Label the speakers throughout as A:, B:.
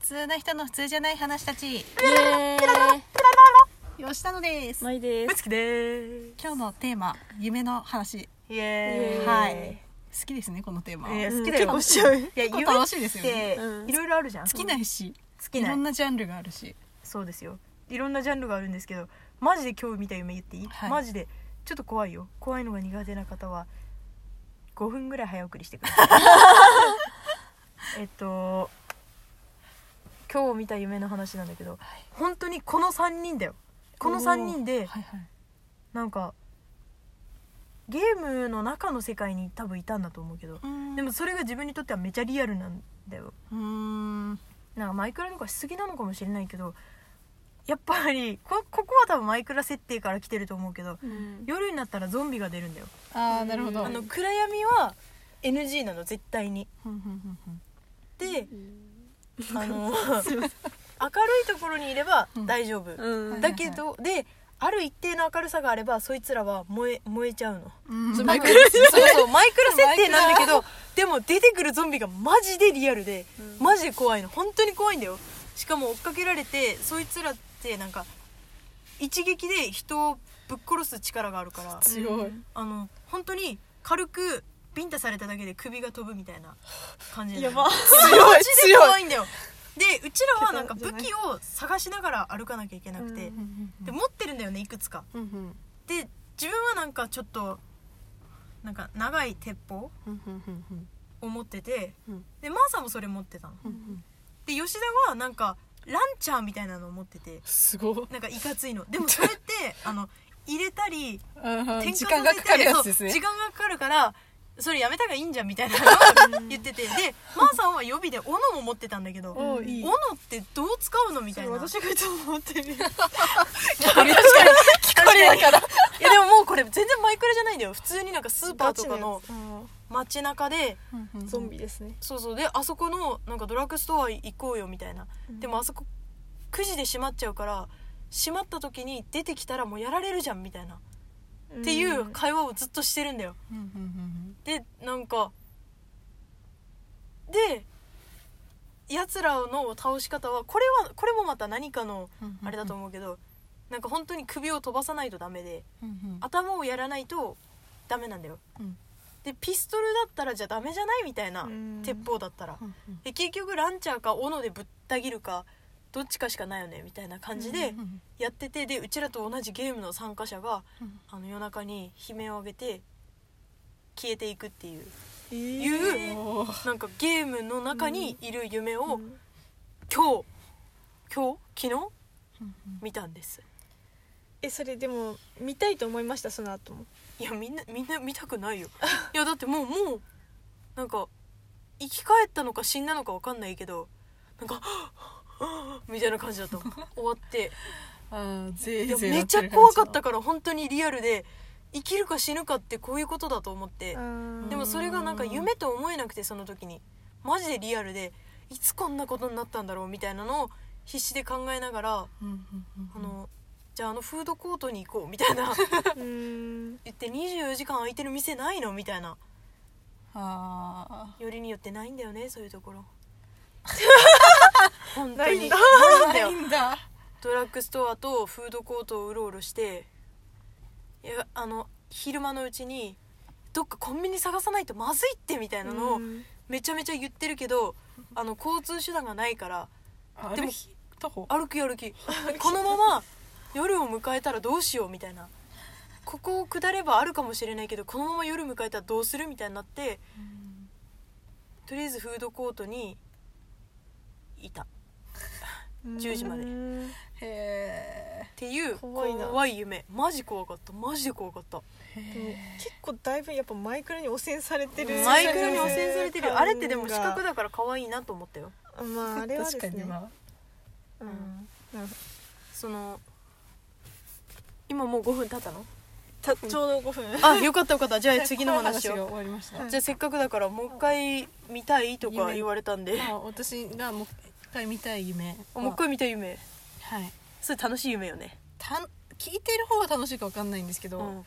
A: 通な人の普通じゃない話たち
B: イエーイ
A: 吉田のです
B: まいです
C: きで
A: 今日のテーマ夢の話
C: す。イエーイ。
A: はい好きですねこのテーマ
C: いや
A: 好
C: 好きだよ。
B: うん結構しちゃう
C: いや、
A: 結構楽しいですよね
C: 夢っていろいろあるじゃん。好
A: きないし
C: 好き
A: い
C: な
A: ろん
C: い。
A: なジャンルがあるし
C: そうですよ。いろんなジャンルがあるんですけど、マジで今日見た夢言っていい
A: はい
C: マジで。ちょっと怖いよ。怖いのが苦手な方は、5分ぐらい早送りしてくださ い。えっと、今日見た夢の話なんだけど、
A: い
C: 本当にこの3人だよ。この3人で、
A: はいはい
C: なんかゲームの中の世界に多分いたんだと思うけどでもそれが自分にとってはめちゃリアルなんだよ
A: うーん
C: なんかマイクラとかしすぎなのかもしれないけどやっぱりこここは多分マイクラ設定から来てると思うけど
B: うん
C: 夜になったらゾンビが出るんだよ
A: ああなるほど
C: あの暗闇は NG なの絶対に
A: ふんふんふんふん
C: で
B: うん
C: あの明るいところにいれば大丈夫、
B: うん
C: だけどである一定の明るさがあればそいつらは燃え燃えちゃうの
A: うん
B: そう
A: まあ
B: マイクラ
C: そうそうマイクラ設定なんだけどでも出てくるゾンビがマジでリアルで、
B: うん
C: マジで怖いの本当に怖いんだよしかも追っかけられてそいつらってなんか一撃で人をぶっ殺す力があるから
A: 強い
C: あの本当に軽くビンタされただけで首が飛ぶみたいな感じなの
B: やば
C: マジで
B: 強い
C: 怖いんだよでうちらはなんか武器を探しながら歩かなきゃいけなくて、
B: う
C: で持ってるんだよねいくつか
A: うんうん
C: で自分はなんかちょっとなんか長い鉄砲
A: ふんふんふんふん
C: を持ってて、
A: うん
C: でマーさんもそれ持ってたの、
A: ふんふん
C: で吉田はなんかランチャーみたいなのを持ってて
A: すごい
C: なんかいかついのでもそれって あの入れたり
A: うんうん
C: 転換
A: 時間がかかるやつです
C: させてそう
A: ね
C: 時間がかかるからそれやめた方がいいんじゃんみたいな のを言っててでマーさんは予備で斧も持ってたんだけど
A: おういい
C: 斧ってどう使うのみたいな
B: 私がいつも持ってる
C: 聞こえないからいやでももうこれ全然マイクラじゃないんだよ普通になんかスーパーとかの街中で
B: ゾンビですね
C: そうそうであそこのなんかドラッグストア行こうよみたいな、
B: うん
C: でもあそこ9時で閉まっちゃうから閉まった時に出てきたらもうやられるじゃんみたいな、っていう会話をずっとしてるんだよ
A: うんうんうん
C: でなんかでやつらの倒し方はこれはこれもまた何かの
A: うんうん
C: あれだと思うけど、なんか本当に首を飛ばさないとダメで
A: うんうん
C: 頭をやらないとダメなんだよ、
A: うん
C: でピストルだったらじゃダメじゃないみたいな、
B: うん
C: 鉄砲だったら、
A: うんうん
C: で結局ランチャーか斧でぶった切るかどっちかしかないよねみたいな感じで
A: うん
C: やっててでうちらと同じゲームの参加者が
A: うん
C: あの夜中に悲鳴を上げて消えていくっていう
B: え
C: い
B: ー
A: おー
C: なんかゲームの中にいる夢を
B: うん
C: 今日今日昨日
A: うん
C: 見たんです
B: えそれでも見たいと思いましたその後も
C: いやみんなみんな見たくないよいやだってもうもうなんか生き返ったのか死んだのか分かんないけどなんか みたいな感じだった終わって
A: あーぜ
C: い
A: い
C: や
A: ぜい
C: め
A: な
C: っち
A: て
C: ゃ
A: る感じ
C: 怖かったから本当にリアルで生きるか死ぬかってこういうことだと思って
B: で
C: でもそれがなんか夢と思えなくてその時にマジでリアルでいつこんなことになったんだろうみたいなのを必死で考えながら
A: うんうんうん
C: あのじゃああのフードコートに行こうみたいな
B: うん
C: 言って24時間空いてる店ないのみたいな
A: あ
C: よりによってないんだよねそういうところ 本当
B: ないん
C: に
B: だ
C: ないんだよ
A: ーんだ
C: ドラッグストアとフードコートをうろうろしていやあの昼間のうちにどっかコンビニ探さないとまずいってみたいなのを
B: うん
C: めちゃめちゃ言ってるけどあの交通手段がないからで
A: で
C: も
A: も徒歩
C: 歩き歩きこのまま夜を迎えたらどうしようみたいなここを下ればあるかもしれないけどこのまま夜迎えたらどうするみたいになってとりあえずフードコートにいたっ10時まで
B: うん
A: へ
C: ていう
B: 怖いな
C: 怖い夢マジ怖かったマジで怖かった
B: でも結構だいぶやっぱマイクラに汚染されてる
C: マイクロに汚染されてるよあれってでも
B: 感
C: 視
B: が
C: 覚だから可愛いなと思ったよ、
B: まああれはです
A: 確か
B: ね
A: にな
B: う
C: うんん
B: なるほど
C: その今もう5分経ったの
B: たちょうど5分
C: あよかったよかったじゃあ次の話
A: が
C: を
A: 終わりました
B: はい
C: じゃあせっかくだからもう一回見たいとか言われたんで
A: まあ私がもう一回見たい夢
C: あ もう一回見たい夢
A: はい
C: それ楽しい夢よね
A: たん聞いてる方は楽しいかわかんないんですけど
C: うん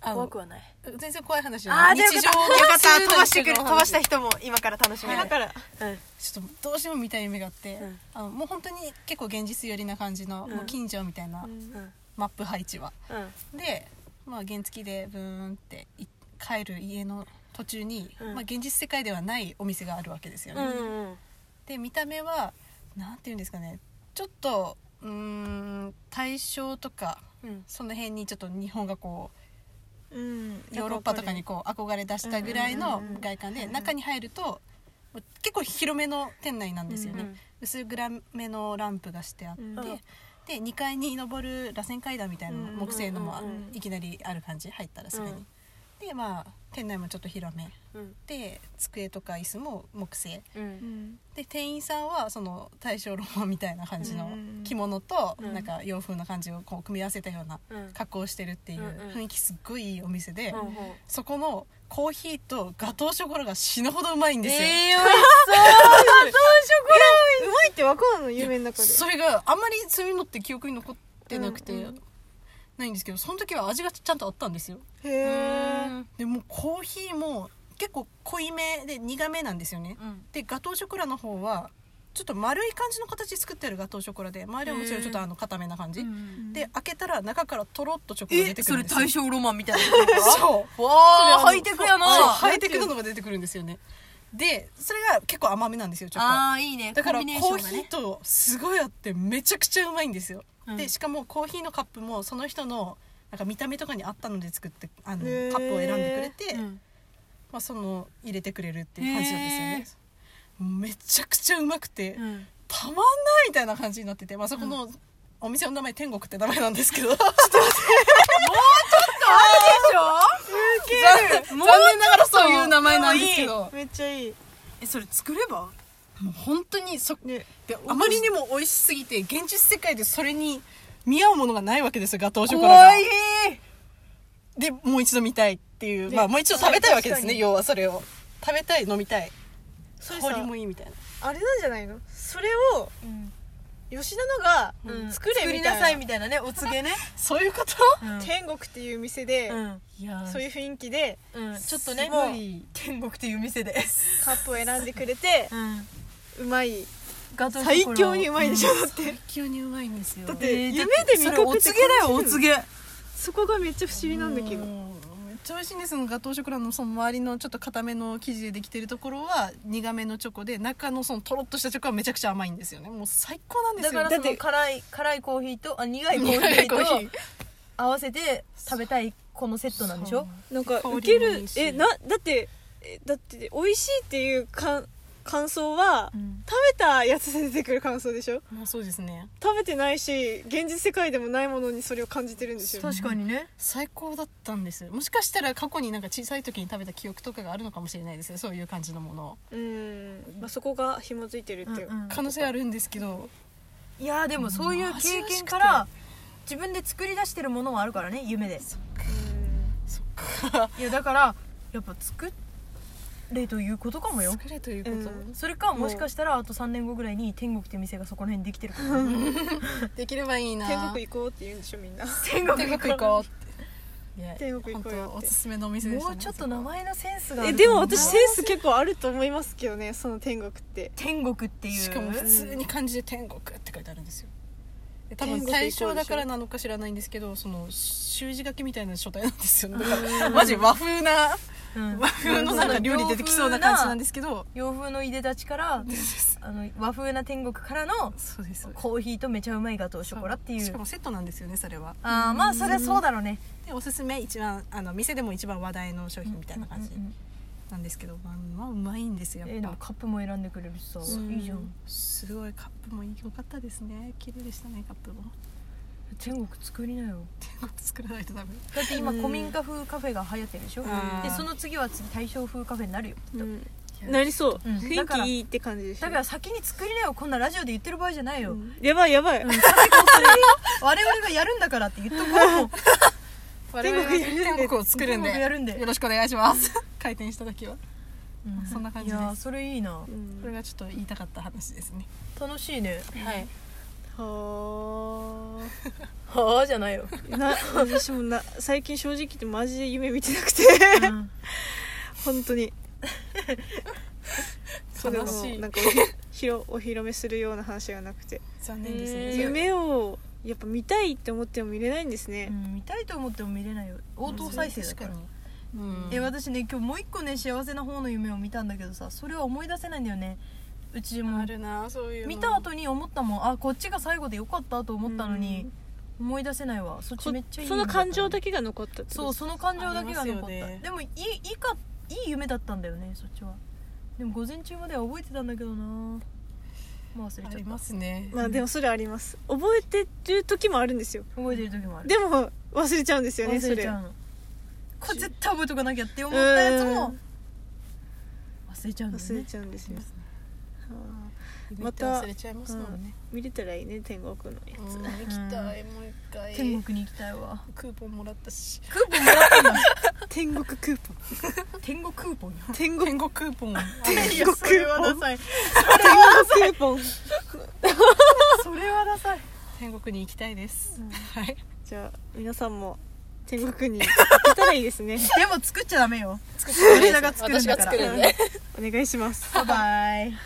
A: あの
C: 怖くはない
A: 全然怖い話じゃ
C: あ
A: な
C: あ
A: い
C: じゃあ
A: 日
C: よ
A: 常
C: かったよかった飛ばしてくる飛ばした
A: 人
C: 人も今から楽しめる、
A: は
B: だ
A: い
B: から
C: うん
A: ちょっとどうしても見たい夢があって、
C: うん
A: あのもう本当に結構現実寄りな感じの、
C: うん
A: もう近所みたいな
C: うん
A: マップ配置は、
C: うん
A: で、まあ、原付でブーンってい帰る家の途中に、
C: うん
A: まあ、現実世界ではないお店があるわけですよね、
C: うんうん
A: で見た目はなんて言うんですかねちょっとうーん大正とか
C: うん
A: その辺にちょっと日本がこ
B: うん
A: うヨーロッパとかにこう憧れ出したぐらいの外観で中に入ると結構広めの店内なんですよね、
C: うん
A: 薄暗めのランプがしてあって、
B: うん
A: で2階に上る螺旋階段みたいな
B: うん
A: 木製のもあ
C: うんうんうん
A: いきなりある感じ入ったらすぐに、
C: うん
A: でまあ店内もちょっと広め
C: うん
A: で机とか椅子も木製
C: うん
B: うん
A: で店員さんはその大正ロマンみたいな感じの
B: うん
A: 着物と
C: うん
A: なんか洋風な感じをこう組み合わせたような
C: うん
A: 格好をしてるっていう
C: うんうん
A: 雰囲気すっごいいいお店で、
C: うんうん
A: そこのコーヒーとガトーショコラが死ぬほどうまいんですよ、
C: えー、美味しそう
B: うまいってわかるの夢の中で
A: それがあんまりそういうのって記憶に残ってなくて、
B: うんうん
A: ないんですけどその時は味がちゃんとあったんですよ
B: へえ
A: でもうコーヒーも結構濃いめで苦めなんですよね、
C: うん
A: でガトーショコラの方はちょっと丸い感じの形作ってあるガトーショコラで周りはもちろんちょっとあの固めな感じ、で開けたら中からとろっとチョコが出てくるんですよ
C: 正ロマンみたいな
A: そう
C: わ
A: それあの
C: あハイテクやな
A: そうハイテクなのが出てくるんですよねでそれが結構甘めなんですよチョコは
C: あーいいね
A: だから
C: コ
A: コ
C: ンビネーション
A: ー
C: が
A: ヒ
C: ね
A: ーとすごいあってめちゃくちゃうまいんですよ、
C: うん
A: でしかもコーヒーのカップもその人のなんか見た目とかに合ったので作ってあのカ
B: へー
A: ップを選んでくれて、
C: うん
A: まあ、その入れてくれるっていう感じなんですよねめちゃくちゃうまくて、
C: うん
A: たまんないみたいな感じになってて、まあ、そこのお店の名前天国って名前なんですけど残念ながらそういう名前なんですけど
B: めっちゃいい
C: えそれ作れば
A: もう本当にそ
B: ね
A: であまりにも美味しすぎて現実世界でそれに見合うものがないわけですよガトーショコラが
C: 怖い
A: でもう一度見たいっていう、
B: ね
A: まあ、もう一度食べたいわけです
B: 確か
A: ね
B: に
A: 要はそれを食べたい飲みたい
B: それさ
A: 香りもいいみたいな
B: あれなんじゃないのそれを
C: うん
B: 吉田のが
C: うん
B: 作れ
C: 作
B: み
C: り
B: た
C: ないさい
B: な
C: みたいなねお告げね
A: そういうこと、
B: 天国っていう店で
C: うん
A: いや
B: そういう雰囲気で
C: うんちょっとね
A: すごい
C: 天国っていう店で
B: カップを選んでくれて
C: う
B: う
C: ん
B: まい
C: ガトーショ
B: 最
C: コラを
B: 強にうまいでしょだって
A: 急にうまいんですよ
B: だっ
C: え
B: て
C: ー
B: 夢で見か
C: そ
B: け
C: れ
B: て
C: お告げだよお告げ
B: そこがめっちゃ不思議なんだけど
A: うめっちゃ美味しいんですそのガトーショコラのその周りのちょっと固めの生地でできてるところは苦めのチョコで中のそのとろっとしたチョコはめちゃくちゃ甘いんですよねもう最高なんです
C: だ
A: よ
C: からその
A: て
C: 辛い辛いコーヒーとあ苦いコ
A: 苦
C: ーヒ
A: い
C: ー
A: コーヒー
C: と合わせて食べたいこのセットなんでしょ
B: なんか
A: 香りも
B: 受ける
A: いいし
B: えなだってえだって美味しいっていうかん感想は、
C: ん
B: 食べたやつで出てくる感想でしょ
A: もうそうですね
B: 食べてないし現実世界でもないものにそれを感じてるんですよ
C: 確かにね
A: 最高だったんですもしかしたら過去になんか小さい時に食べた記憶とかがあるのかもしれないですねそういう感じのものを
B: うん、まあ、そこが紐づいてるっていう、
C: うんうん
A: 可能性あるんですけど
C: いやーでもそういう経験か
A: うん
C: ら自分で作り出してるものもあるからね夢で
A: そっか
C: いやだからやっぱ作れということかもよ
A: 作れということ、
B: うん
C: それかもしかしたらあと3年後ぐらいに天国って店がそこら辺できてるかも
A: できればいいな
B: 天国行こうって言うんでしょみんな
C: 天
A: 天国行こうって
B: 天国行こうよって
A: 本当おすすめのお店でした
C: も
A: ね
C: うちょっと名前のセンスがある
B: え
C: と
B: でも
C: 思う
B: 私センス結構あると思いますけどねその天国って
C: 天国っていう
A: しかも普通に漢字で「天国」って書いてあるんですよで多分大正だからなのか知らないんですけどその習字書きみたいな書体なんですよねだからマジ和風な
C: うん
A: 和風のなんか料理出てきそうな感じなんですけど
C: 洋風のいでたちからあの和風な天国から
A: そう
C: の
A: ですそうです
C: コーヒーとめちゃうまいガトーショコラってい
A: し
C: う
A: かもセットなんですよねそれは
C: ああまあそれはそうだろうね
A: でおすすめ一番あの店でも一番話題の商品みたいな感じ
C: うんうんうん
A: なんですけどまあまあうまいんですよや
C: えー
A: っ
C: でも
A: ぱ
C: カップも選んでくれるしさ
A: うん
C: いいじゃん
A: すごいカップも良かったですね綺麗でしたねカップも
C: 天国作りなよ
A: 天国作らないとダメ
C: だって今
B: うん
C: 古民家風カフェが流行ってるでしょ
A: うん
C: でその次は次大正風カフェになるよきっと
B: なりそう、
C: うんだか
B: 雰囲
C: ら
B: 気いいって感じでしょ
C: だから先に作りなよこんなラジオで言ってる場合じゃないよ、
B: うんやばいやばい、
C: 我々がやるんだからって言っとこう
A: 我々が天国を 作るんで
C: 天国やるん で
A: よろしくお願いします開店した時は
C: うん
A: そんな感じです
C: いやーそれいいな
B: うん
A: これがちょっと言いたかった話ですね
C: 楽しいね
A: はいは
C: はあじゃ ないよ
B: な 私もな最近正直言ってマジで夢見てなくて
A: あ、うん
B: 本当にそれも
A: 悲しい
B: なんかお披露お披露目するような話がなくて
A: 残念ですね
C: うん
A: それは
B: 夢をやっぱ見たいって思っても見れないんですね、
C: うん見たいと思っても見れないよ応答再生だから
A: 確にうん
C: え私ね今日もう一個ね幸せな方の夢を見たんだけどさそれは思い出せないんだよねうちも
A: あるなそういうの
C: 見た後に思ったもんあこっちが最後でよかったと思ったのに、思い出せないわそっち
B: こ
C: めっちゃいい
B: そ
C: 夢
B: の
C: だった
B: 感情だけが残ったって
C: そう
B: こと
C: その感情だけが残った、
A: ありますよね
C: でもいいいいかいい夢だったんだよねそっちはでも午前中までは覚えてたんだけどなもう忘れちゃ
A: あ
C: っ
A: り
C: た
A: ますね
B: まあでもそれあります覚えてる時もあるんですよ
C: 覚えてる時もある
B: でも忘れちゃうんですよねそ
C: 忘れち
B: れ
C: ゃうのこれ絶対覚えとかなきゃって思ったやつも忘れちゃうんだよ
B: 忘れ
C: ね
B: ちゃうんですよ、はあ
A: ま
B: ま
A: た
B: た
A: 忘れちゃいますもんね
B: 見れたらいいね天国の や
A: うん
B: つ、
A: 行きたいもう一回
C: 天国に行きたいわ
A: クーポンもらったし
C: クーポンもらったんだ
B: 天国クーポン
C: 天国クーポンよ
B: 天国
A: 天国クーポン
B: 天
C: いや
B: 国
C: それは
B: クー
C: ダ
B: ポン
C: サい
B: 天国クーポン
C: それはダサい
A: 天国に行きたいですはい
B: じゃあ皆さんも天国に行けたらいいです ね
C: でも作っちゃダメよ
A: 作
C: 私が作るんだ
A: 私が
C: から
A: 作るんで
B: お願いします
C: バイバイ